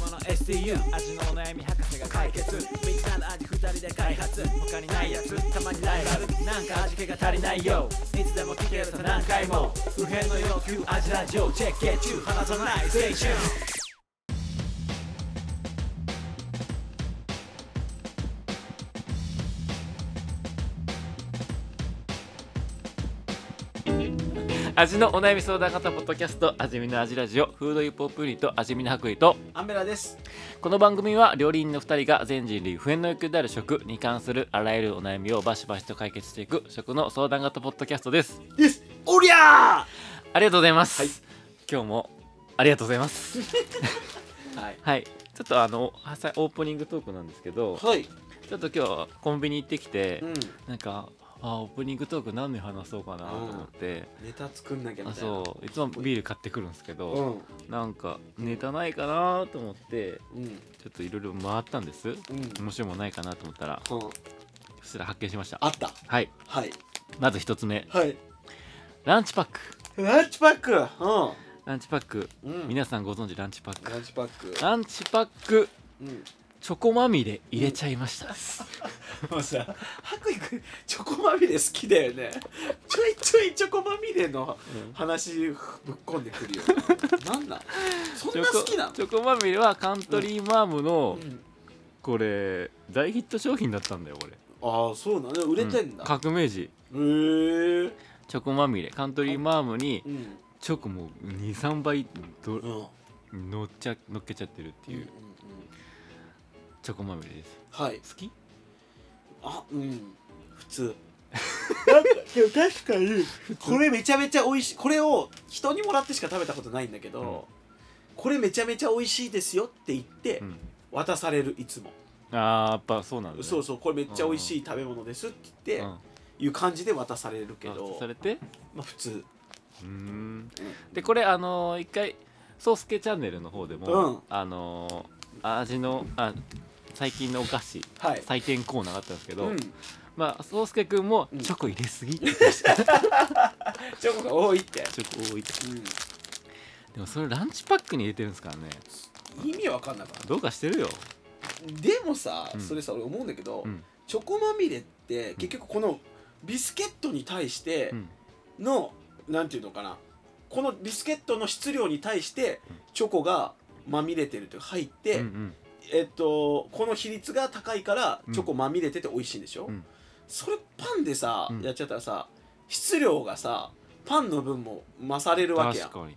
もの STU 味のお悩み博士が解解決決みんなの味二人で開発他にないやつたまにライバルなんか味気が足りないよいつでも聞けると何回も不変の要求味ラジオチェックゲッチュー離さないステーション味のお悩み相談型ポッドキャスト味見の味ラジオフードユポプリと味見の白衣とアンベラですこの番組は料理人の2人が全人類不変の欲求である食に関するあらゆるお悩みをバシバシと解決していく食の相談型ポッドキャストですおりゃありがとうございます、今日もありがとうございますはいはいちょっとあのはさオープニングトークなんですけどーはいちょっと今日コンビニ行ってきて、うんなんかあオープニングトーク何で話そうかなと思って、ネタ作んなきゃみあたいなそういつもビール買ってくるんですけど、うんなんかネタないかなと思ってうんちょっといろいろ回ったんですうん面白いもんないかなと思ったらうんそしたら発見しましたあったはいはいまず一つ目はいランチパックランチパックうランチパックんうん皆さんご存知ランチパックランチパックランチパックうんチョコまみれ入れちゃいました、もうさ白衣くんチョコまみれ好きだよねちょいちょいチョコまみれの話ぶっ込んでく るよなんだそんな好きなのチョコチョコまみれはカントリーマームの、うんこれ大ヒット商品だったんだよこれああそうなの売れてんだ、へう革命児えうんチョコまみれカントリーマームにうんチョコも23倍どうん乗っちゃ乗っけちゃってるっていうチョコまみれですはい好きあうん普通なんかでも確かにこれめちゃめちゃ美味しいこれを人にもらってしか食べたことないんだけど、これめちゃめちゃ美味しいですよって言ってうん渡されるいつも、あーやっぱそうなんだ、ね、そうそうこれめっちゃ美味しい食べ物ですって言って、うんいう感じで渡されるけどあされてまあ普通うーんでこれあのー一回ソースケチャンネルの方でも、うんあのー味のあ最近のお菓子はい採点コーナーがあったんですけど、うん、まあソースケくんもうんチョコ入れすぎって言ってましたチョコが多いって、チョコ多いってうでもそれランチパックに入れてるんですからねん、意味わかんなかっどうかしてるよたでもさ、うんそれさ俺思うんだけど、うんチョコまみれって結局このビスケットに対してうんの、なんていうのかなこのビスケットの質量に対してチョコがまみれてるというか入って、うんうんえっと、この比率が高いからうんチョコまみれてて美味しいんでしょ、うんそれパンでさ、うんやっちゃったらさ質量がさパンの分も勝れるわけやん確かに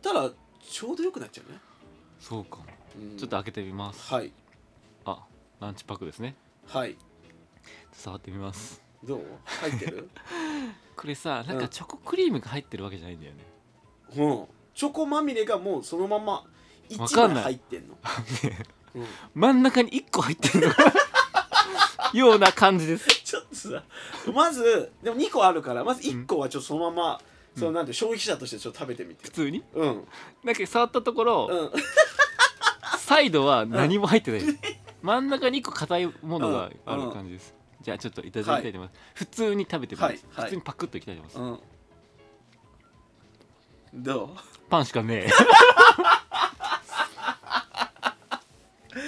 たらちょうどよくなっちゃうね、そうかも、うんちょっと開けてみますはいあランチパックですねはい触ってみますどう入って るこれさなんうかんチョコクリームが入ってるわけじゃないんだよねうんチョコまみれがもうそのままわ1かん枚ない入ってんのうん真ん中に1個入ってるの ような感じですちょっとさまずでも2個あるからまず1個はちょっとそのまま、そのなんて消費者としてちょっと食べてみて普通にうんなんか触ったところ、うんサイドは何も入ってない、真ん中に1個硬いものがある感じです、じゃあちょっといただきたいと思います、普通に食べてみます、はいはい普通にパクッといきたいと思います、うんどうパンしかねええ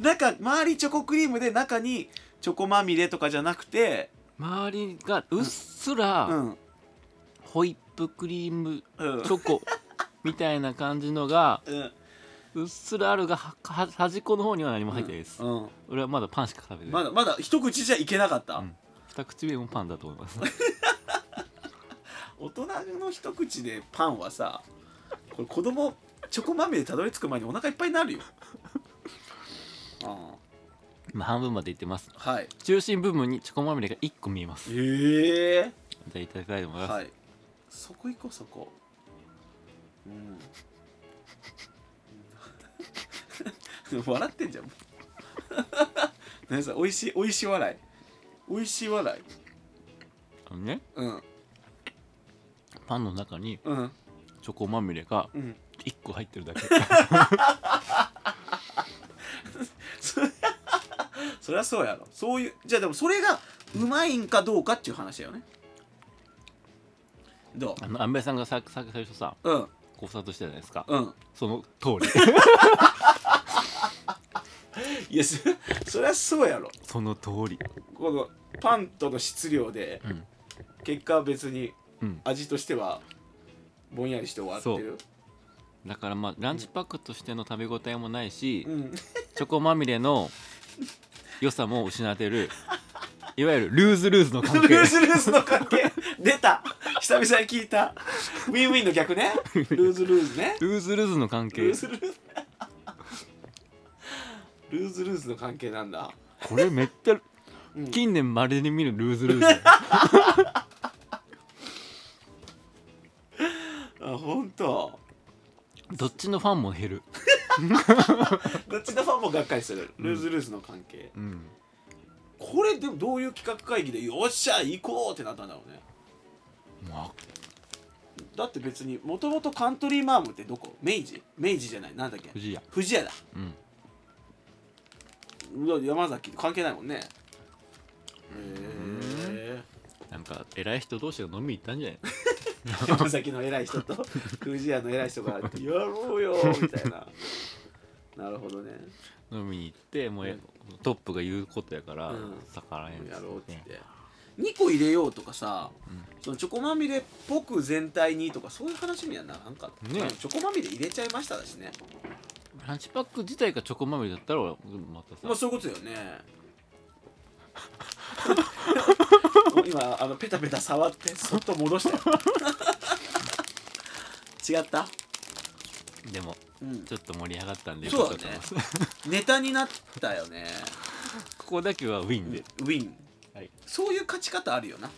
中周りチョコクリームで中にチョコまみれとかじゃなくて周りがうっすうらんホイップクリームうんチョコみたいな感じのがうんうっすらあるがはは端っこの方には何も入ってないです、うん俺はまだパンしか食べてない、まだまだ一口じゃいけなかった、うん二口目もパンだと思います大人の一口でパンはさこれ子供チョコまみれたどり着く前にお腹いっぱいになるよあ今半 分までいってますあはい 中心部分にチョコまみれが1個見えますええじゃあいただきたいと思います、はいそこ行こうそこうん うん笑ってんじゃんも うなんかさおいしいおいしい笑いおいしい笑いあのねうんパンの中にうんチョコまみれがうん1 1個入ってるだ けそりゃ そりゃそうやろそういうじゃあでもそれがうまいんかどうかっていう話だよねどあの安倍さんがささ最初さううん考察したじゃないですか、うんその通り いやそそりゃそうやろその通りこのパンとの質量で、うん結果は別にうん味としてはぼんやりして終わってるだからまあランチパックとしての食べ応えもないし、う、ん、チョコまみれの良さも失ってるいわゆるルーズルーズの関ル係ー ズルーズの関係出た久々に聞いたウィンウィンの逆ねルーズルーズねルーズルーズの関ル係ーズルーズ ルーズルーズの関係なんだこれめっちゃうん近年まれに見るルーズルーズ あ本当。どっちのファンも減る、どっちのファンもがっかりするルーズルーズの関係、うん、これでもどういう企画会議でよっしゃ行こうってなったんだろうねまだって別にもともとカントリーマームってどこ明治明治じゃないなんだっけ藤屋藤屋だうんうわ山崎関係ないもんねへえなんか偉い人同士が飲み行ったんじゃない山崎の偉い人と藤屋の偉い人が「やろうよ」みたい ななるほどね飲みに行ってもうえ、うんトップが言うことやから、うん逆らえんやろうっつっねて2個入れようとかさ、んそのチョコまみれっぽく全体にとかそういう話にはならんかった、ねチョコまみれ入れちゃいましただしねランチパック自体がチョコまみれだったら俺またさ、まあそういうことだよねもう今あのペタペタ触ってそっと戻したよ違った、でもうん、ちょっと盛り上がったんでそうだよねかったと思いますネタになったよねここだけはウィンで、ウィン、はいそういう勝ち方あるよな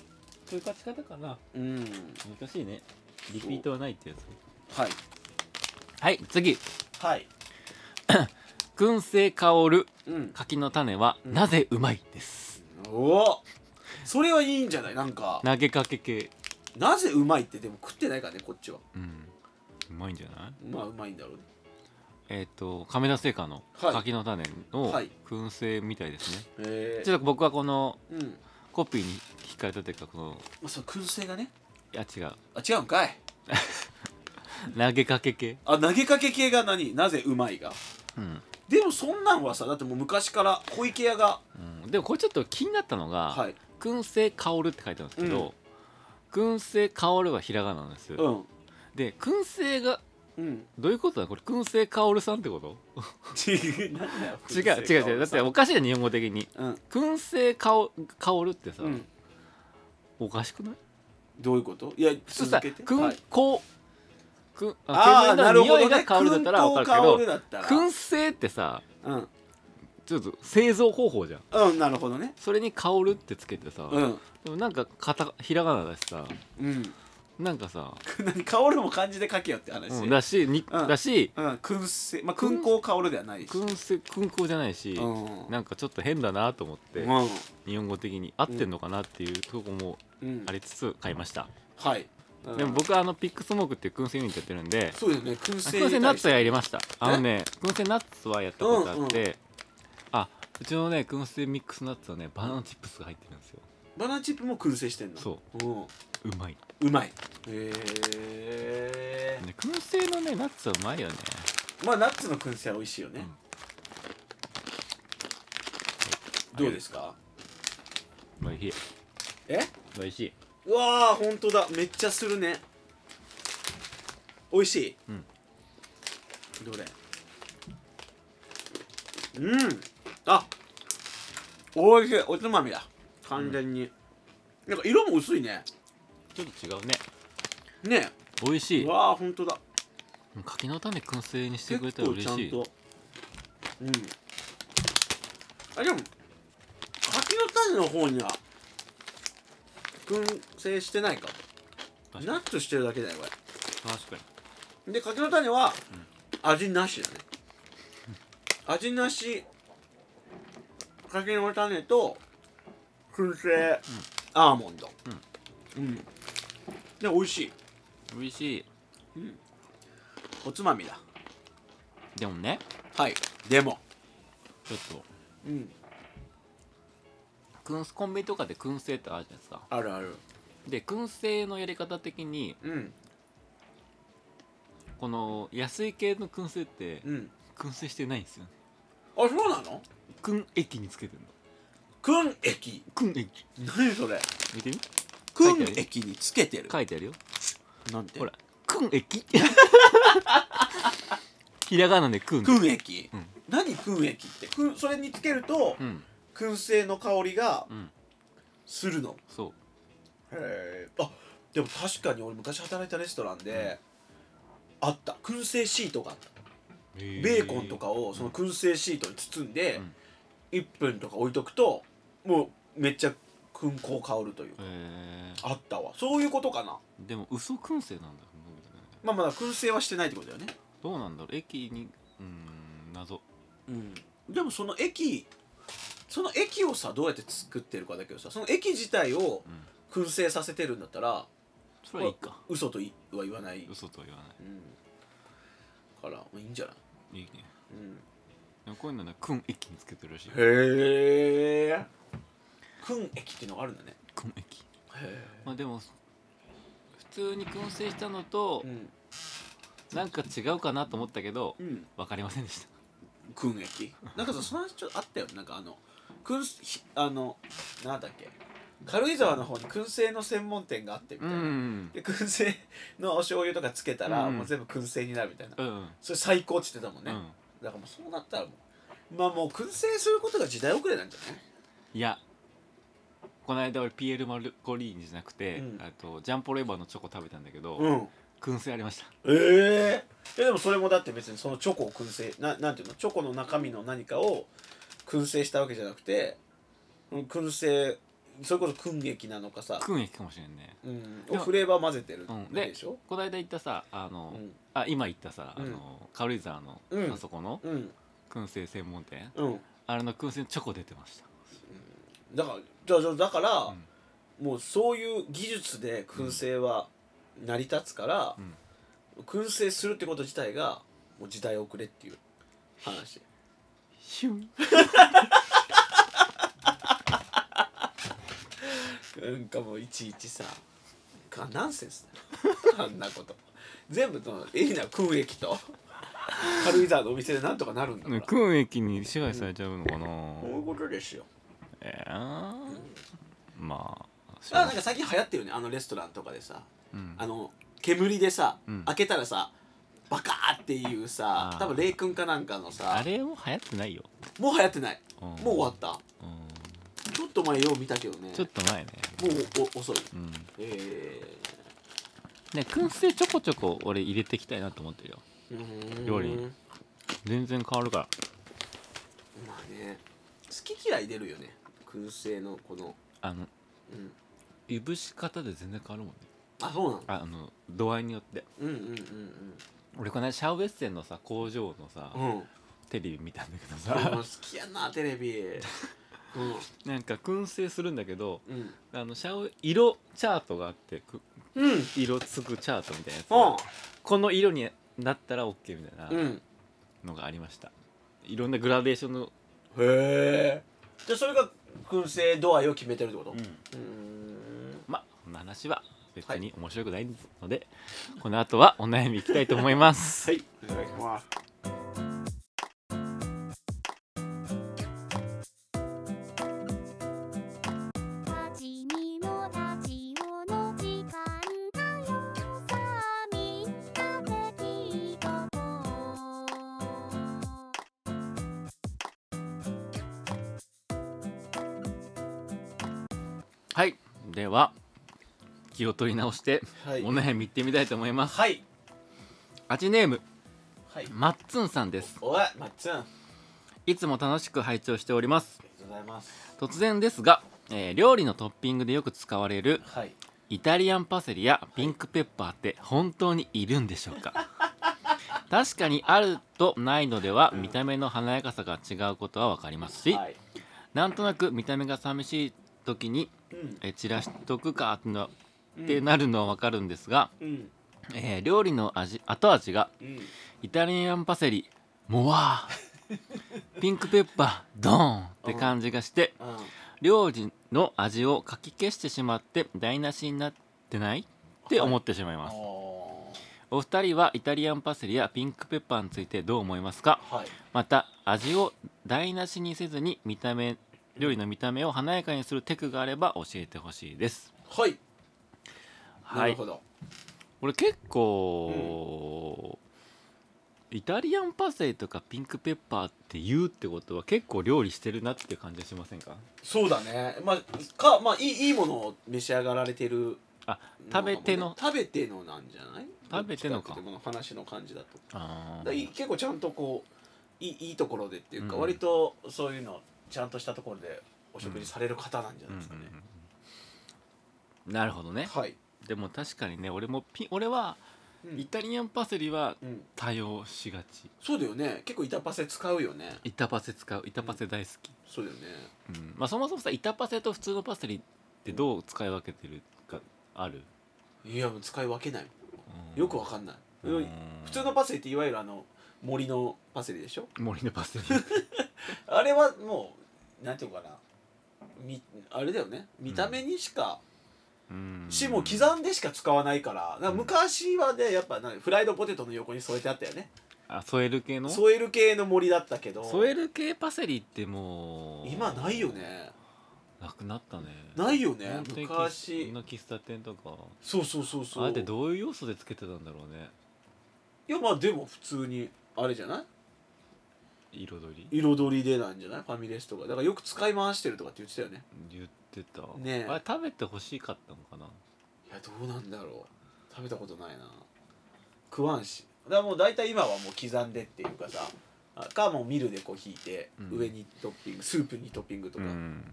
そういう勝ち方かなうん難しいねリピートはないってやつはいはい次はい燻製香るうん柿の種はなぜうまいです、おおそれはいいんじゃないなんか投げかけ系なぜうまいってでも食ってないからねこっちはうんうまいんじゃないまあうまいんだろうねえっ、と亀田製菓のはい柿の種のはい燻製みたいですね、へちょっと僕はこのうんまコピーに引かれたというかこのあそう燻製がねいや違うあ違うんかい投げかけ系あ投げかけ系が何なぜうまいがうん、でもそんなんはさだってもう昔から小池屋がうん、でもこれちょっと気になったのが「はい燻製香る」って書いてあるんですけど、燻製香るはひらがななんですよ、うんで燻製がうんどういうことだこれ燻製香るさんってこと 違うなんだよ違う違う違うだっておかしいよ日本語的にうん燻製香香るってさ、うんおかしくないどういうこといや普通さ続けて燻はい香燻あああなる煙ほの匂どいねが香るだったら分か薫る香だったけらど燻製ってさうんちょっと製造方法じゃんうんなるほどねそれに香るってつけてさ、うんでもなんかカタひらがなだしさうんなんかさ、何香るも漢字で書けよって話ううんんだしに、うんだし燻製まあ燻香香るではないし燻製燻香じゃないし、うんなんかちょっと変だなと思って、うん日本語的に合ってんのかなっていうとこもうんありつつ買いました、はいうんでも僕はあのピックスモークっていう燻製ユニットやってるんでそうですね燻製燻製ナッツはややりましたあのね燻製ナッツはやったことあって、あうちのね燻製ミックスナッツはねバナナチップスが入ってるんですよバナナチップも燻製してんの、そうん、うまいうまいへえね燻製のねナッツはうまいよねまあナッツの燻製は美味しいよね、どうですかおいしいえおいしいうわー本当だめっちゃするね美味しい、うんどれうんあ美味しいおつまみだ完全に、なんか色も薄いねちょっと違うねね美味しういわー本当だ柿の種燻製にして結くれたら構嬉ちゃんしいとうんあでも柿の種の方には燻製してないか確かナッツしてるだけだよこ確かにれで柿の種は味なしだね味なし柿の種と燻製アーモンドうん、で美味しい美味しいおつまみだでもねはいでもちょっとうん燻コンビニとかで燻製ってあるじゃないですかあるあるで燻製のやり方的にうんこの安い系の燻製ってうん燻製してないんですよねあそうなの燻液につけてるのくん液燻液何それ見てみく書いんてある液につけてる書いてあるよなんてほら燻液 ひらがなで燻くん液、うん何くん液ってくんそれにつけると、うん燻製の香りがうんするの、そうへえあでも確かに俺昔働いたレストランで、あった燻製シートがあったベーコンとかをその燻製シートに包んで、うん1分とか置いとくともうめっちゃ燻香香るというへえあったわそういうことかなでも嘘燻製なんだよねまあまだ燻製はしてないってことだよねどうなんだろう駅にうーん謎うんでもその液その液をさどうやって作ってるかだけどさその液自体をうん燻製させてるんだったらそれはいいか嘘といは言わない嘘とは言わなうんからまあいいんじゃない、いいいねうん、でもこういうのは燻液につけてるらしいへえ燻液っていうのがあるんだね燻液へまあでも普通に燻製したのとえうんなんか違うかなと思ったけどうん分かりませんでした燻液なんかさその話ちょっとあったよねなんかあの燻ひあのなんだっけ軽井沢の方に燻製の専門店があってみたういな、んで燻製のお醤油とかつけたら、うんもう全部燻製になるみたいな、うんうんそれ最高って言ってたもんうね、んだからもうそうなったらもうまあもう燻製することが時代遅れなんじゃないいやこの間俺ピエール・マルコリーニじゃなくてうんあとジャンポレバーのチョコ食べたんだけどうん燻製ありましたええいやでもそれもだって別にそのチョコを燻製ななんていうのチョコの中身の何かを燻製したわけじゃなくてうん燻製それこそ燻劇なのかさ、燻液かもしれんねうん、でもフレーバー混ぜてるうんんででしょ、この間行ったさあうのんあ今言ったさ、うんあの軽井沢の、うんあそこのうん燻製専門店うん、あれの燻製のチョコ出てましただからじゃあじゃあだからう、もうそういう技術で燻製は成り立つから、燻製するってこと自体がもう時代遅れっていう話シュンなんかもういちいちさかナンセンスだよあんなこと全部そのいいな空液と軽井沢のお店でなんとかなるんだから、こ燻液に支配されちゃうのかな、ういうことですよえー、まあしょうあがなんか最近流行ってるねあのレストランとかでさうんあの煙でさ、うん開けたらさバカーっていうさあー多分レイ君かなんかのあされも流行ってないよ、もう流行ってないうんもう終わったうんちょっと前よう見たけどねちょっと前ね、もうお遅いうん、えね燻製ちょこちょこ俺入れていきたいなと思ってるよーうーん料理全然変わるからまあね好き嫌い出るよね燻製のこのあのうんいぶし方で全然変わるもんねあそうなのあの度合いによってうんうんうん俺この間シャウエッセンのさ工場のさ、うんうんテレビ見たんだけど俺もさ好きやなテレ ビ なんか燻製するんだけどうんうんあのシャウ色チャートがあってくうんうん色つくチャートみたいなやつがこの色になったら OK みたいなうんのがありましたいろんなグラデーションの、へえでそれが燻製度合いを決めてるってことうんうーんまあこの話は別に面白くないので、この後はお悩みいきたいと思い ます、はいいただきます立ちにも立ちよの時間だよさあみんなで聞いとこうはいでは気を取り直してはいお悩みいってみたいと思います、はいアチネームはいマッツンさんですおいまっつんあいつも楽しく拝聴しておりますりがとうございます突然ですが、えー料理のトッピングでよく使われるはいイタリアンパセリやピンクペッパーって本当にいるんでしょう か確かにあるとないのでは見た目の華やかさが違うことは分かりますし、はいなんとなく見た目が寂しい時にうんえ散らしとくかってな,、うんってなるのは分かるんですがうんえー料理の味後味がうんイタリアンパセリ モワーピンクペッパードーンって感じがしてうん料理の味をかき消してしまって台無しになってないって思ってしまいます、おお二人はイタリアンパセリやピンクペッパーについてどう思いますかーはいまた味を台無しにせずに見た目料理の見た目を華やかにするテクがあれば教えてほしいですはいはないるほどこれ結構、イタリアンパセリとかピンクペッパーって言うってことは結構料理してるなっていう感じがしませんかそうだねまあかまあいいいいものを召し上がられてるあ食べての食べてのなんじゃない食べてのどかっちっていうこの話の感じだとあだからいー結構ちゃんとこういいいいところでっていうか、うん割とそういうのちゃんとしたところでお食事される方なんじゃないですかね、うんうんうんなるほどねはい、でも確かにね俺もピン俺はうんイタリアンパセリはうん多用しがちそうだよね結構板パセ使うよね板パセ使う板パセ大好き、そうだよねうんまあ、そもそもさ板パセと普通のパセリってどう使い分けてるかある、いやもう使い分けないうんよくわかんない、うん普通のパセリっていわゆるあの森のパセリでしょ森の パセリあれはもうなんていうのかなみあれだよね見た目にしか、うんしもう刻んでしか使わないからなんか昔はねやっぱなフライドポテトの横に添えてあったよねあ添える系の添添える系の森だったけどえる系パセリってもう今ないよねなくなったねないよね本当に昔の喫茶店とかそうそうそうそうあれってどういう要素でつけてたんだろうねいやまあでも普通にあれじゃない彩り彩りでなんじゃないファミレスとかだからよく使い回してるとかって言ってたよね言ってたねえあれ食べてほしかったのかないやどうなんだろう食べたことないな食わんしだからもう大体今はもう刻んでっていうかさあかもうミルでこう引いて、うん上にトッピングスープにトッピングとかうん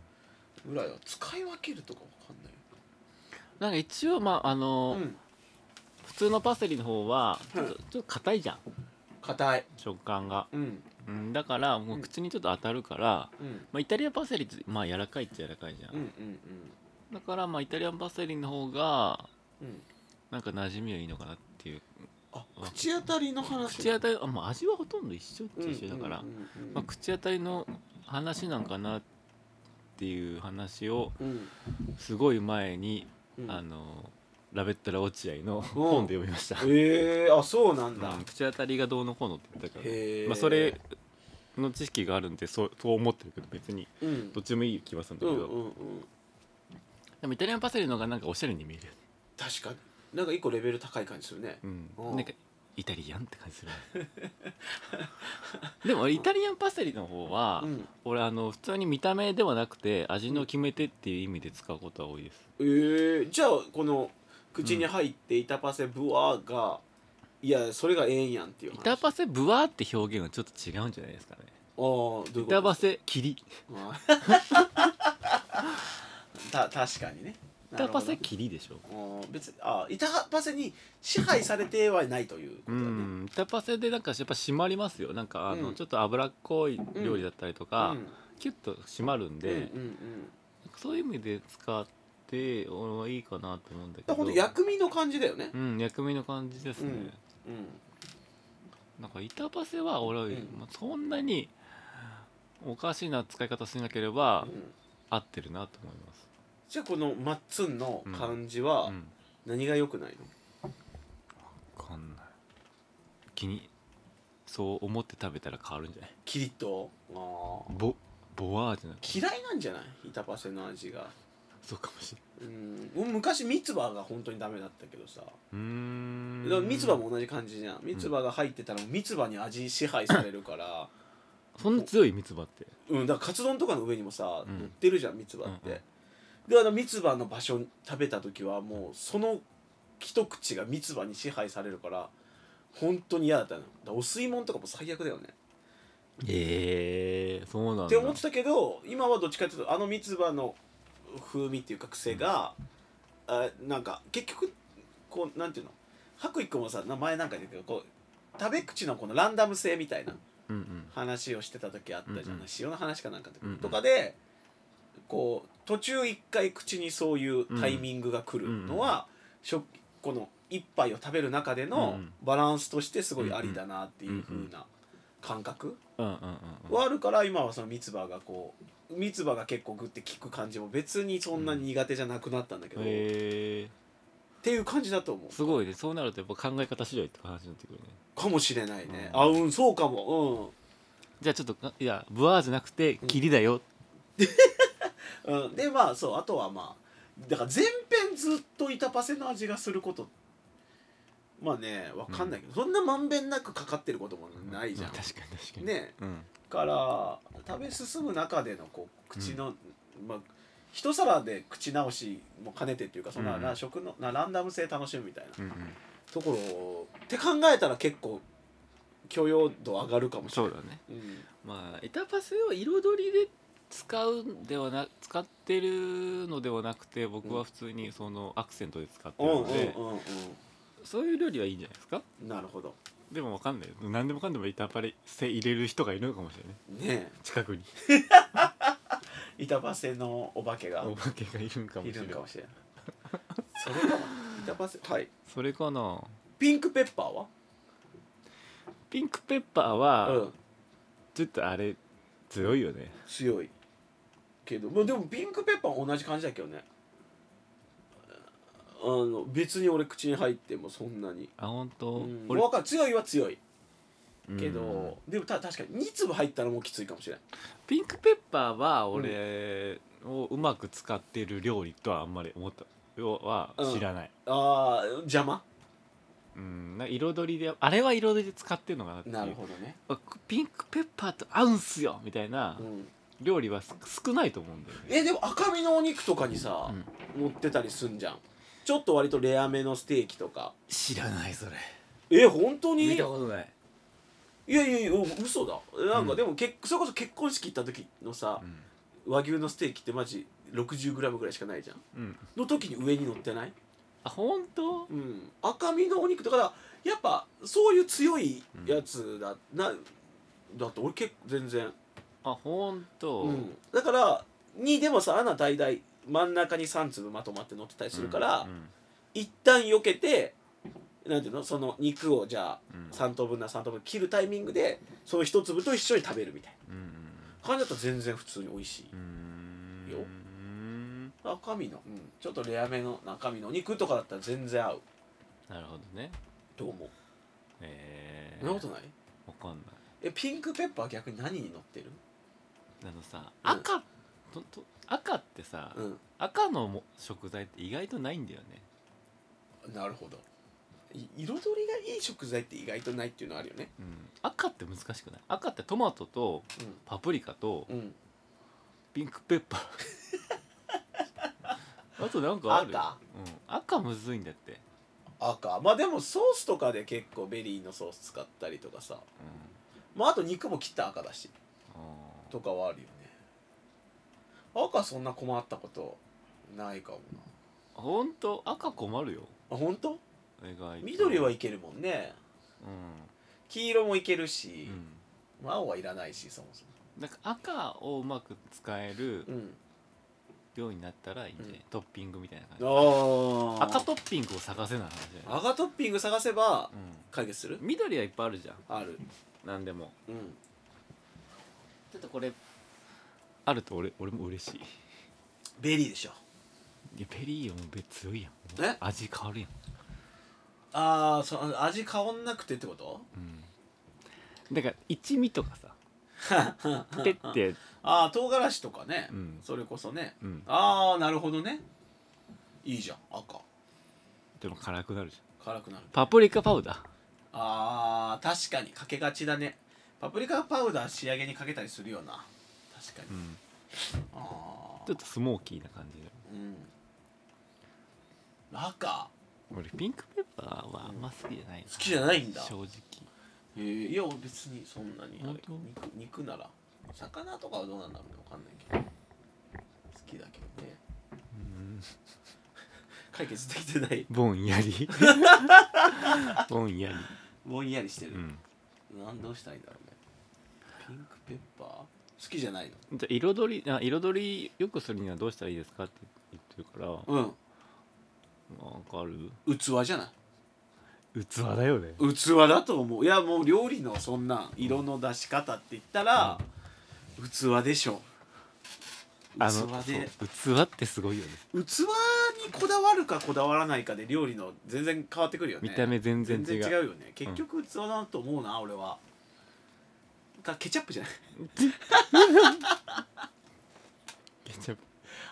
ぐらいは使い分けるとかわかんないなんか一応まああの、うん普通のパセリの方はちょっとうちょっと硬いじゃん硬い食感が、うんうん、だからもう口にちょっと当たるから、うんまあ、イタリアンパセリってまあ柔らかいっちゃ柔らかいじゃん、うんうんだからまあイタリアンパセリの方がうんうんなんか馴染みはいいのかなっていうあ口当たりの話口当たりあ、まあ、味はほとんど一緒っちゃ一緒だから、うんうんうんうんまあ、口当たりの話なんかなっていう話をうんすごい前に、うんあのラベッタラ落合のお本で読みました、ええあそうなんだ、うん口当たりがどうのこうのって言ったから、へえまあ、それの知識があるんでそうそう思ってるけど別にうんどっちでもいい気はするんだうけんど、うんうんでもイタリアンパセリの方がなんかおしゃれに見えるよね、確かになんか一個レベル高い感じするねうんおうなんかイタリアンって感じする でも俺イタリアンパセリの方は、うん俺あの普通に見た目ではなくて味の決め手っていう意味で使うことは多いですええじゃあこの口に入っていたパセブワーが、いやそれがええんやんっていう話板パセブワーって表現はちょっと違うんじゃないですかねああどういうこと板パセ切りあー た確かにね板パセなる切りでしょほどあー別にあー板パセに支配されてはないということうだね、ん板パセでなんかやっぱ締まりますよなんかあの、うんちょっと脂っこい料理だったりとか、うんキュッと締まるんで、うんうんうんそういう意味で使って俺はいいかなと思うんだけだかどらほんと薬味の感じだよねうん薬味の感じですね、うんなんか板パセは俺は、うんまあそんなにおかしな使い方しなければ、うん合ってるなと思います、じゃあこのマッツンの感じはうん何が良くないの、わかんない気にそう思って食べたら変わるんじゃないキリッとあーボボワーじゃない嫌いなんじゃない板パセの味がそうかもしれうん俺昔三つ葉が本当にダメだったけどさないうーんでも三つ葉も同じ感じじゃん三つ葉が入ってたら三つ葉に味支配されるからそんな強い三つ葉ってうんだからカツ丼とかの上にもさ、うん乗ってるじゃん三つ葉って、うんうんであの三つ葉の場所に食べた時はもうその一口が三つ葉に支配されるから本当に嫌だったのだからお吸い物とかも最悪だよねええそうなんだって思ってたけど今はどっちかっていうとあの三つ葉の風味っていうか癖が、あなんか結局こうなんていうの白衣くんもさ名前なんか言うけどこう食べ口のこのランダム性みたいなうんうん話をしてた時あったじゃない、うんうん塩の話かなんかの時、うんうんとかでこう途中一回口にそういうタイミングが来るのは、食この一杯を食べる中でのうんうんバランスとしてすごいありだなっていう風うんうんな感覚うんうんうんうんはあるから今はその三つ葉がこう三つ葉が結構グッて効く感じも別にそんなに苦手じゃなくなったんだけど、っへえていう感じだと思うすごいねそうなるとやっぱ考え方次第って話になってくるねかもしれないね、うんあうんそうかもじゃあちょっとかいやブワーじゃなくてキリだよ、うん、うん、でまあそうあとはまあだから前編ずっと板パセの味がすることまあねわかんないけど、そんなまんべんなくかかってることもないじゃん、確かに確かにねうんから食べ進む中でのこう口の、まあ一皿で口直しも兼ねてっていうかそんな、うんな食のなランダム性楽しむみたいなうんうんところをって考えたら結構許容度上がるかもしれなそうい、だねうんまあ板パセを彩りで使うんではな使ってるのではなくて僕は普通にそのアクセントで使ってうるんのうんで、うんうそういう料理はいいんじゃないですかんなるほどでもわかんないよ何でもかんでも板パセ入れる人がいるのかもしれないね近くにえ板バセのお化けがお化けがいるんかもいしれるんないかもしれないそれかも板バセはいそれかなピンクペッパーはピンクペッパーは、うんちょっとあれ強いよね強いけどまあでもピンクペッパーは同じ感じだけどねあの別に俺口に入ってもそんなに、あ本当、うん、俺わかる強いは強いうんけど、でもた確かに2粒入ったらもうきついかもしれないピンクペッパーは俺をうまく使ってる料理とはあんまり思ったは知らない、あー邪魔うんなんか彩りであれは彩りで使ってるのかなっていうなるほどね、あピンクペッパーと合うんすよみたいなうん、料理はす少ないと思うんだよねえでも赤身のお肉とかにさ、乗ってたりすんじゃんちょっと割とレアめのステーキとか知らないそれえ本当に見いたやことない、いやいや嘘だなんうかんでも結それこそ結婚式行った時のさ、うん和牛のステーキってマジ 60g ぐらいしかないじゃんうん、の時に上に乗ってない、あ本当うん、赤身のお肉とかだやっぱそういう強いやつだ、なだって俺結構全然、あ本当、うん、だから2でもさ穴大々真ん中に3粒まとまって乗ってたりするから、うんうん一旦避けてなんていうのその肉をじゃあうん3等分な3等分切るタイミングでその1粒と一緒に食べるみたいうんな感じだと全然普通に美味しいうんうんようん赤身の、うん、ちょっとレアめの中身のお肉とかだったら全然合うなるほどねと思うえそー、んなことないわかんないえピンクペッパーは逆に何に乗ってるあのさうん赤、とと赤ってさ、う赤のも食材って意外とないんだよねんなるほどい彩りがいい食材って意外とないっていうのあるよねうん赤って難しくない赤ってトマトとパプリカとうん、うん、ピンクペッ パーあとなんかある赤うん、赤むずいんだって、赤まあでもソースとかで結構ベリーのソース使ったりとかさまああと肉も切った赤だしうんあーとかはあるよね赤そんな困ったことないかもなほんと赤困るよあ本当意外と緑はいけるもんね黄色もいけるうん、しう、んまあ青はいらないしそもそなんか赤をうまく使えるもうんようになったらいいんじゃない、うんトッピングみたいな感じあ赤トッピングを探せな話じゃない、赤トッピング探せばうん解決する緑はいっぱいあるじゃんある何でもうんちょっとこれあると俺俺も嬉しいベリーでしょいやベリーよもうべ強いやんえ味変わるやん、ああその味変わんなくてってことうん、だから一味とか さペッてああ唐辛子とかね、うんそれこそね、うんああなるほどねいいじゃん赤でも辛くなるじゃん辛くなるパプリカパウダーあー確かにかけがちだねパプリカパウダー仕上げにかけたりするよな確かうに、んあちょっとスモーキーな感じであうん赤俺ピンクペッパーはあんま好きじゃないな、好きじゃないんだ正直えーいや俺別にそんなにあれ本当肉肉なら魚とかはどうなんだろうねわかんないけど好きだけどねうん解決できてないぼんやり ぼんやりぼんやりしてる、うんなんどうしたらいいんだろうねピンクペッパー好きじゃないじゃあ彩りあ彩りよくするにはどうしたらいいですかって言ってるから、のわかるうん器じゃない器だよね器だと思ういやもう料理のそんな色の出し方って言ったら、器でしょあの器でそう器ってすごいよね器にこだわるかこだわらないかで料理の全然変わってくるよね見た目全然違うよね結局器だなと思うな、俺はだケチャップじゃない ケチャップ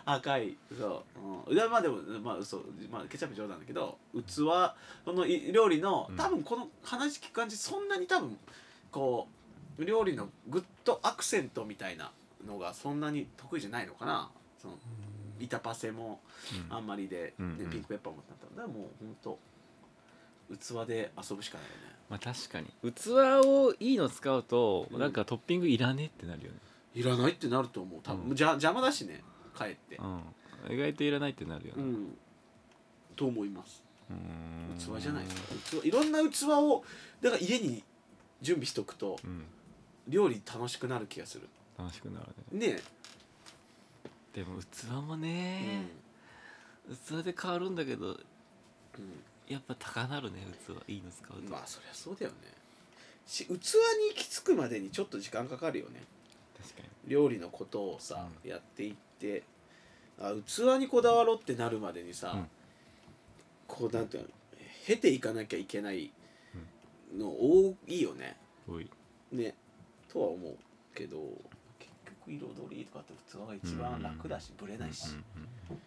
赤いそう、うん、いやまあでもまあ嘘まあケチャップ冗談だけど器このい料理のうん多分この話聞く感じそんなに多分こう料理のグッとアクセントみたいなのがそんなに得意じゃないのかなその板パセもあんまりで、ねうんうんピンクペッパーもなったらだからもうほんと器で遊ぶしかないよねまあ確かに器をいいの使うとうんなんかトッピングいらねえってなるよねいらないってなると思う多分、うんじゃ邪魔だしね帰ってうん意外といらないってなるようねんと思いますうーん器じゃないですか器いろんな器をだから家に準備しとくとうん料理楽しくなる気がする楽しくなるねねでも器もえ、ね器で変わるんだけどうんやっぱ高なるね器いいの使ううんとまあそりゃそうだよねし器に行き着くまでにちょっと時間かかるよね確かに料理のことをさ、やっていってあ器にこだわろうってなるまでにさ、うんこうなんていうの経ていかなきゃいけないの多いよね多いねとは思うけど結局彩りとかって器が一番楽だしぶれないしうんうんうん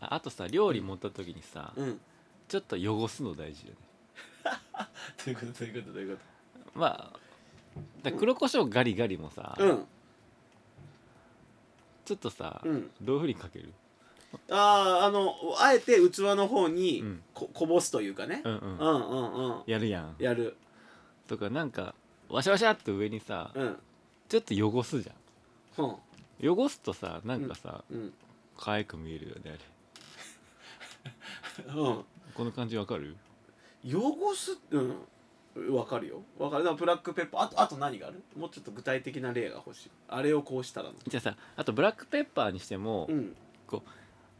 ああとさ料理持った時にさ、うん、ちょっと汚すの大事よねということということというこまあだから黒胡椒ガリガリもさ、とうんちょっとさ、うんどういうふうにかけるあああのあえて器の方にうんここぼすというかね、うんうん、うん、うんうんやるやんやるとかなんかワシャワシャって上にさ、うんちょっと汚すじゃんうん汚すとさなんかさ、うん可愛く見えるよねあれうんこの感じわかる汚すうんわかるよわかるだからブラックペッパーあとあと何があるもうちょっと具体的な例が欲しいあれをこうしたらのじゃあさあとブラックペッパーにしても、うん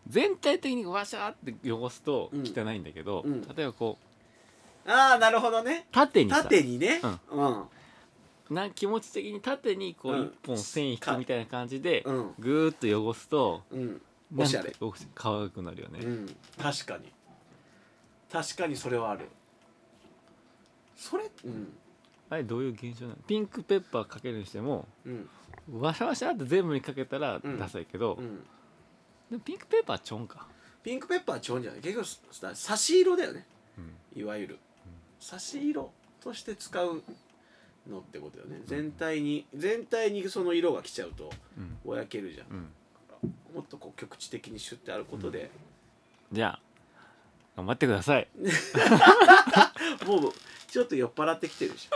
全体的にワシャって汚すとうん汚いんだけど、うん例えばこうああなるほどね縦にさ縦にねうんな気持ち的に縦にこううん一本線引くみたいな感じで、うんぐーっと汚すとうんおしゃれなんかおし可愛くなるよね、うん確かに確かにそれはあるそれうんあれどういう現象なのピンクペッパーかけるにしてもうんワシャワシャって全部にかけたらうんダサいけど、うんでもピンクペッパーはちょんか、ピンクペッパーはちょんじゃない結局さ差し色だよねうんいわゆる差し色として使うのってことよね全体に全体にその色が来ちゃうとうんぼやけるじゃんうん、もっとこう局地的にシュッてあることで、じゃあ頑張ってくださいもうちょっと酔っ払ってきてるでし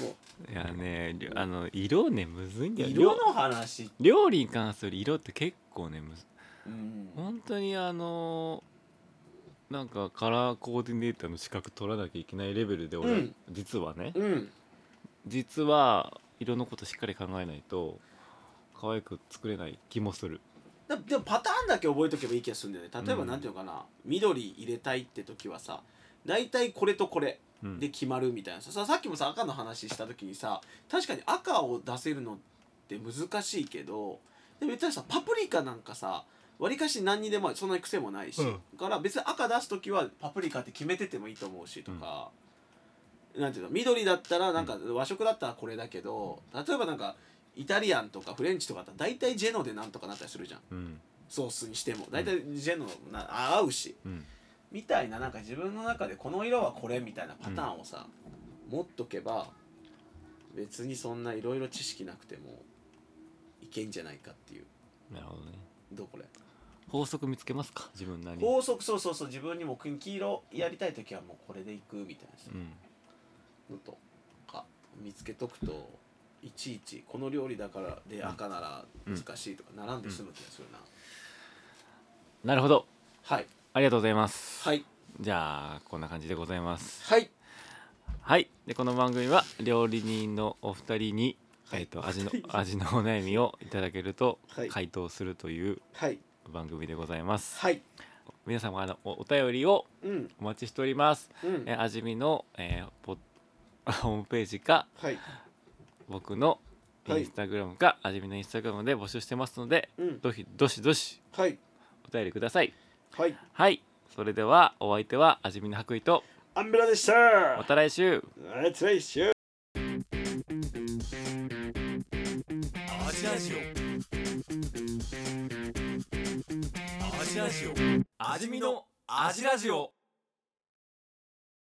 ょもいやねりょあの色ねむずいんうだよ色の話料料理に関する色って結構ねむずうん本当にあのなんかカラーコーディネーターの資格取らなきゃいけないレベルで俺、うん実はねうん実は色のことしっかり考えないと可愛く作れない気もするだでもパターンだけ覚えとけばいい気がするんだよね例えばうんなんていうのかな、緑入れたいって時はさ大体これとこれうんで決まるみたいなさ,、ささっきもさ赤の話した時にさ確かに赤を出せるのって難しいけどでも言ったらさパプリカなんかさわりかし何にでもあるそんなに癖もないし、うんだから別に赤出す時はパプリカって決めててもいいと思うしとか、なんていうの緑だったらなんか和食だったらこれだけど例えばなんかイタリアンとかフレンチとかだったら大体ジェノでなんとかなったりするじゃん。うんソースにしても大体ジェノな合うしうんみたいななんか自分の中でこの色はこれみたいなパターンをさ、持っとけば別にそんないろいろ知識なくてもいけんじゃないかっていうなるほどねどうこれ法則見つけますか自分なりに法則そうそうそう自分にも黄色やりたい時はもうこれでいくみたいなさうんのとか見つけとくといちいちこの料理だからで赤なら難しいとか並んで済む気がするな、なるほどはいありがとうございます、はいじゃあこんな感じでございますはいはいでこの番組は料理人のお二人に、はいえっと味の 人味のお悩みをいただけるとはい回答するというはい番組でございます、はい皆様からのおお便りをうんお待ちしております、うんえー味見の、えーポッ ホームページかはい僕のイはいンスタグラムか、味見のインスタグラムで募集してますのでうんどひどしどしはいお便りくださいはいはいそれではお相手は味見の白衣とアンベラでしたまた来週また来週アジラジオアジラジオ味見のアジラジオ